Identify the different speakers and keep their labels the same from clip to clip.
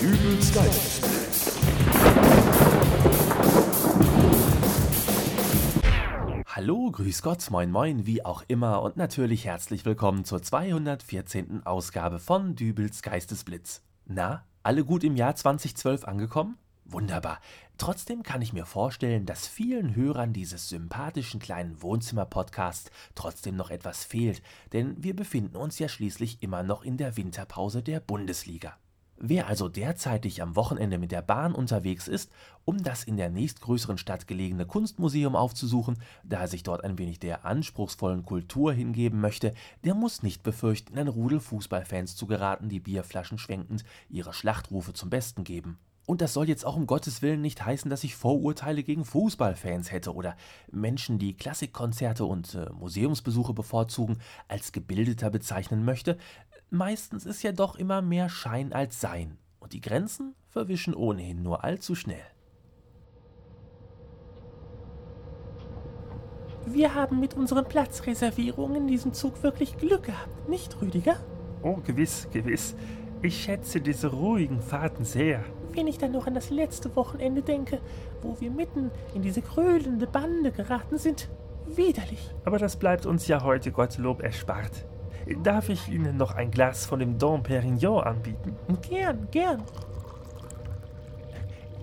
Speaker 1: Übels Geist.
Speaker 2: Hallo, grüß Gott, moin moin, wie auch immer und natürlich herzlich willkommen zur 214. Ausgabe von Dübels Geistesblitz. Na, alle gut im Jahr 2012 angekommen? Wunderbar. Trotzdem kann ich mir vorstellen, dass vielen Hörern dieses sympathischen kleinen Wohnzimmer-Podcasts trotzdem noch etwas fehlt, denn wir befinden uns ja schließlich immer noch in der Winterpause der Bundesliga. Wer also derzeitig am Wochenende mit der Bahn unterwegs ist, um das in der nächstgrößeren Stadt gelegene Kunstmuseum aufzusuchen, da er sich dort ein wenig der anspruchsvollen Kultur hingeben möchte, der muss nicht befürchten, in ein Rudel Fußballfans zu geraten, die Bierflaschen schwenkend ihre Schlachtrufe zum Besten geben. Und das soll jetzt auch um Gottes Willen nicht heißen, dass ich Vorurteile gegen Fußballfans hätte oder Menschen, die Klassikkonzerte und äh, Museumsbesuche bevorzugen, als gebildeter bezeichnen möchte. Meistens ist ja doch immer mehr Schein als Sein. Und die Grenzen verwischen ohnehin nur allzu schnell.
Speaker 3: Wir haben mit unseren Platzreservierungen in diesem Zug wirklich Glück gehabt, nicht Rüdiger?
Speaker 4: Oh, gewiss, gewiss. Ich schätze diese ruhigen Fahrten sehr.
Speaker 3: Wenn ich dann noch an das letzte Wochenende denke, wo wir mitten in diese krölende Bande geraten sind, widerlich.
Speaker 4: Aber das bleibt uns ja heute Gottlob erspart. Darf ich Ihnen noch ein Glas von dem Dom Perignon anbieten?
Speaker 3: Gern, gern.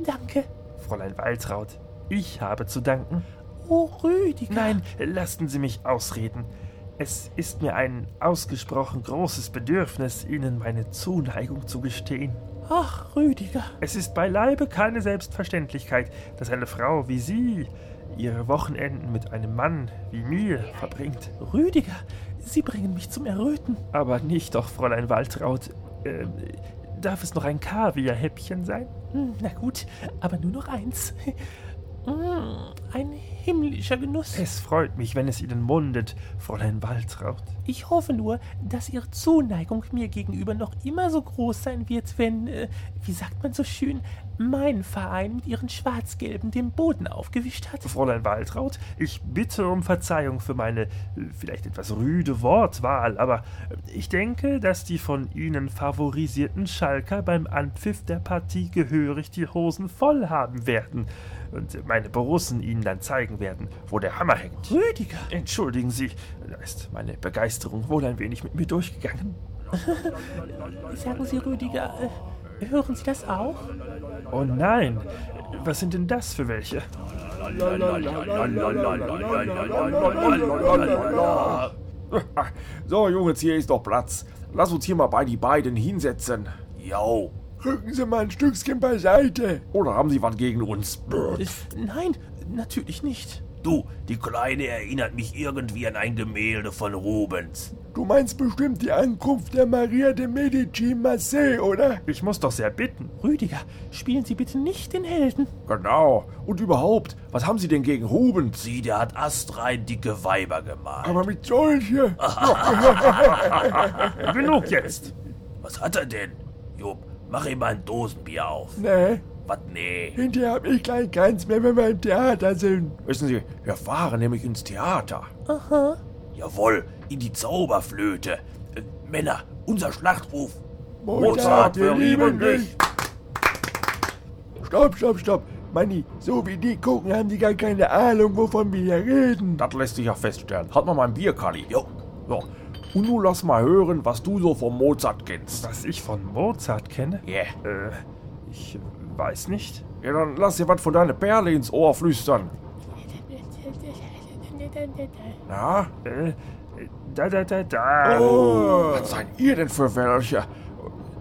Speaker 3: Danke.
Speaker 4: Fräulein Waltraud, ich habe zu danken.
Speaker 3: Oh, Rüdiger.
Speaker 4: Nein, lassen Sie mich ausreden. Es ist mir ein ausgesprochen großes Bedürfnis, Ihnen meine Zuneigung zu gestehen.
Speaker 3: Ach, Rüdiger.
Speaker 4: Es ist beileibe keine Selbstverständlichkeit, dass eine Frau wie Sie ihre Wochenenden mit einem Mann wie mir verbringt.
Speaker 3: Rüdiger, Sie bringen mich zum Erröten.
Speaker 4: Aber nicht doch, Fräulein Waltraud. Ähm, darf es noch ein Kaviarhäppchen sein?
Speaker 3: Hm, Na gut, aber nur noch eins. Mm, Ein himmlischer Genuss.
Speaker 4: Es freut mich, wenn es Ihnen mundet, Fräulein Waltraud.
Speaker 3: Ich hoffe nur, dass Ihre Zuneigung mir gegenüber noch immer so groß sein wird, wenn, äh, wie sagt man so schön, mein Verein mit ihren Schwarz-Gelben den Boden aufgewischt hat.
Speaker 4: Fräulein Waltraud, ich bitte um Verzeihung für meine äh, vielleicht etwas rüde Wortwahl, aber äh, ich denke, dass die von Ihnen favorisierten Schalker beim Anpfiff der Partie gehörig die Hosen voll haben werden und äh, meine Borussen Ihnen dann zeigen werden, wo der Hammer hängt.
Speaker 3: Rüdiger!
Speaker 4: Entschuldigen Sie, da ist meine Begeisterung wohl ein wenig mit mir durchgegangen.
Speaker 3: Sagen Sie, Rüdiger, äh, hören Sie das auch?
Speaker 4: Oh nein, was sind denn das für welche?
Speaker 1: So, Jungs, hier ist doch Platz. Lass uns hier mal bei die beiden hinsetzen. Jo. Rücken Sie mal ein Stückchen beiseite. Oder haben Sie was gegen uns?
Speaker 3: Äh, Nein, natürlich nicht.
Speaker 5: Du, die Kleine erinnert mich irgendwie an ein Gemälde von Rubens.
Speaker 1: Du meinst bestimmt die Ankunft der Maria de Medici in Marseille, oder?
Speaker 4: Ich muss doch sehr bitten.
Speaker 3: Rüdiger, spielen Sie bitte nicht den Helden.
Speaker 1: Genau. Und überhaupt, was haben Sie denn gegen Rubens?
Speaker 5: Sie, der hat astrein dicke Weiber gemalt.
Speaker 1: Aber mit solche.
Speaker 4: Genug jetzt.
Speaker 5: Was hat er denn? Job, mach ihm mal ein Dosenbier auf.
Speaker 1: Nee,
Speaker 5: Was, nee.
Speaker 1: hinterher hab ich gleich keins mehr, wenn wir im Theater sind. Wissen Sie, wir fahren nämlich ins Theater.
Speaker 3: Aha.
Speaker 5: Jawohl, in die Zauberflöte. Äh, Männer, unser Schlachtruf.
Speaker 1: Mozart,
Speaker 5: wir lieben dich.
Speaker 1: Stopp, stopp, stopp. Manni, so wie die gucken, haben die gar keine Ahnung, wovon wir hier reden. Das lässt sich ja feststellen. Hat man mal ein Bier, Kali.
Speaker 5: Jo,
Speaker 1: So. Und nun lass mal hören, was du so von Mozart kennst.
Speaker 4: Was ich von Mozart kenne?
Speaker 1: Yeah.
Speaker 4: Äh, ich weiß nicht.
Speaker 1: Ja, dann lass dir was von deiner Perle ins Ohr flüstern. Na?
Speaker 4: Äh, da, da, da, da.
Speaker 1: Oh. Was seid ihr denn für welche?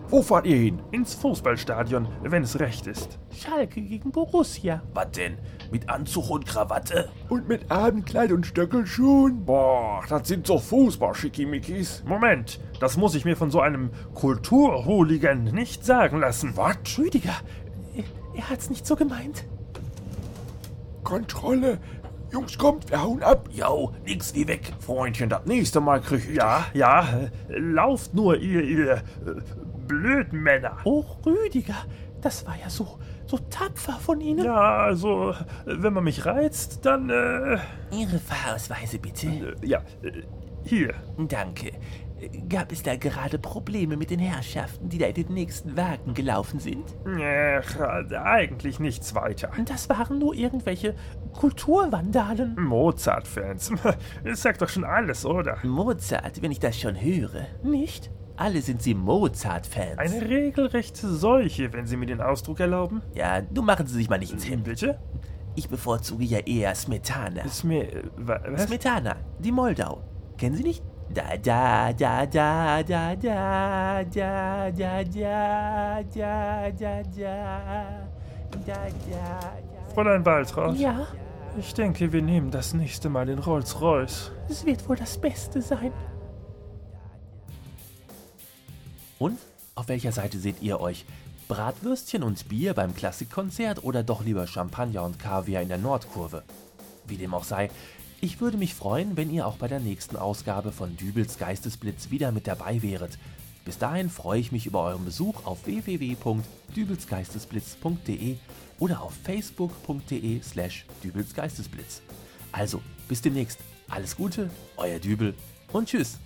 Speaker 1: Wo fahrt ihr hin?
Speaker 4: Ins Fußballstadion, wenn es recht ist.
Speaker 3: Schalke gegen Borussia.
Speaker 5: was denn? Mit Anzug und Krawatte?
Speaker 1: Und mit Abendkleid und Stöckelschuhen? Boah, das sind so Fußball-Schickimickis.
Speaker 4: Moment, das muss ich mir von so einem Kulturhooligan nicht sagen lassen.
Speaker 1: Was?
Speaker 3: Rüdiger, äh, er hat's nicht so gemeint.
Speaker 1: Kontrolle. Jungs, kommt, wir hauen ab.
Speaker 5: Jo, nix wie weg.
Speaker 1: Freundchen, das nächste Mal krieg ich
Speaker 4: Ja, ja, äh, lauft nur, ihr, ihr äh, blöden Männer.
Speaker 3: Oh, Rüdiger, das war ja so, so tapfer von Ihnen.
Speaker 4: Ja, also, äh, wenn man mich reizt, dann, äh,
Speaker 2: Ihre Fahrausweise bitte.
Speaker 4: äh, ja, äh, hier.
Speaker 2: Danke.
Speaker 3: Hm, Gab es da gerade Probleme mit den Herrschaften, die da in den nächsten Wagen gelaufen sind?
Speaker 4: Ach, eigentlich nichts weiter.
Speaker 3: Das waren nur irgendwelche Kulturvandalen.
Speaker 4: Mozart-Fans. Das sagt doch schon alles, oder?
Speaker 3: Mozart, wenn ich das schon höre. Nicht? Alle sind sie Mozart-Fans.
Speaker 4: Eine regelrechte Seuche, wenn Sie mir den Ausdruck erlauben.
Speaker 3: Ja, nun machen Sie sich mal nichts hin.
Speaker 4: Bitte?
Speaker 3: Ich bevorzuge ja eher Smetana.
Speaker 4: Ist mir. äh, wa- Was?
Speaker 3: Smetana, die Moldau. Kennen Sie nicht? Da da da da da da da da da da da da da da.
Speaker 4: Fräulein Waltraud.
Speaker 3: Ja,
Speaker 4: Ich denke, wir nehmen das nächste Mal den Rolls-Royce.
Speaker 3: es wird wohl das Beste sein.
Speaker 2: Und auf welcher Seite seht ihr euch? Bratwürstchen und Bier beim Klassikkonzert oder doch lieber Champagner und Kaviar in der Nordkurve? Wie dem auch sei, ich würde mich freuen, wenn ihr auch bei der nächsten Ausgabe von Dübels Geistesblitz wieder mit dabei wäret. Bis dahin freue ich mich über euren Besuch auf www.dübelsgeistesblitz.de oder auf facebook.de slash dübelsgeistesblitz. Also, bis demnächst. Alles Gute, euer Dübel und tschüss.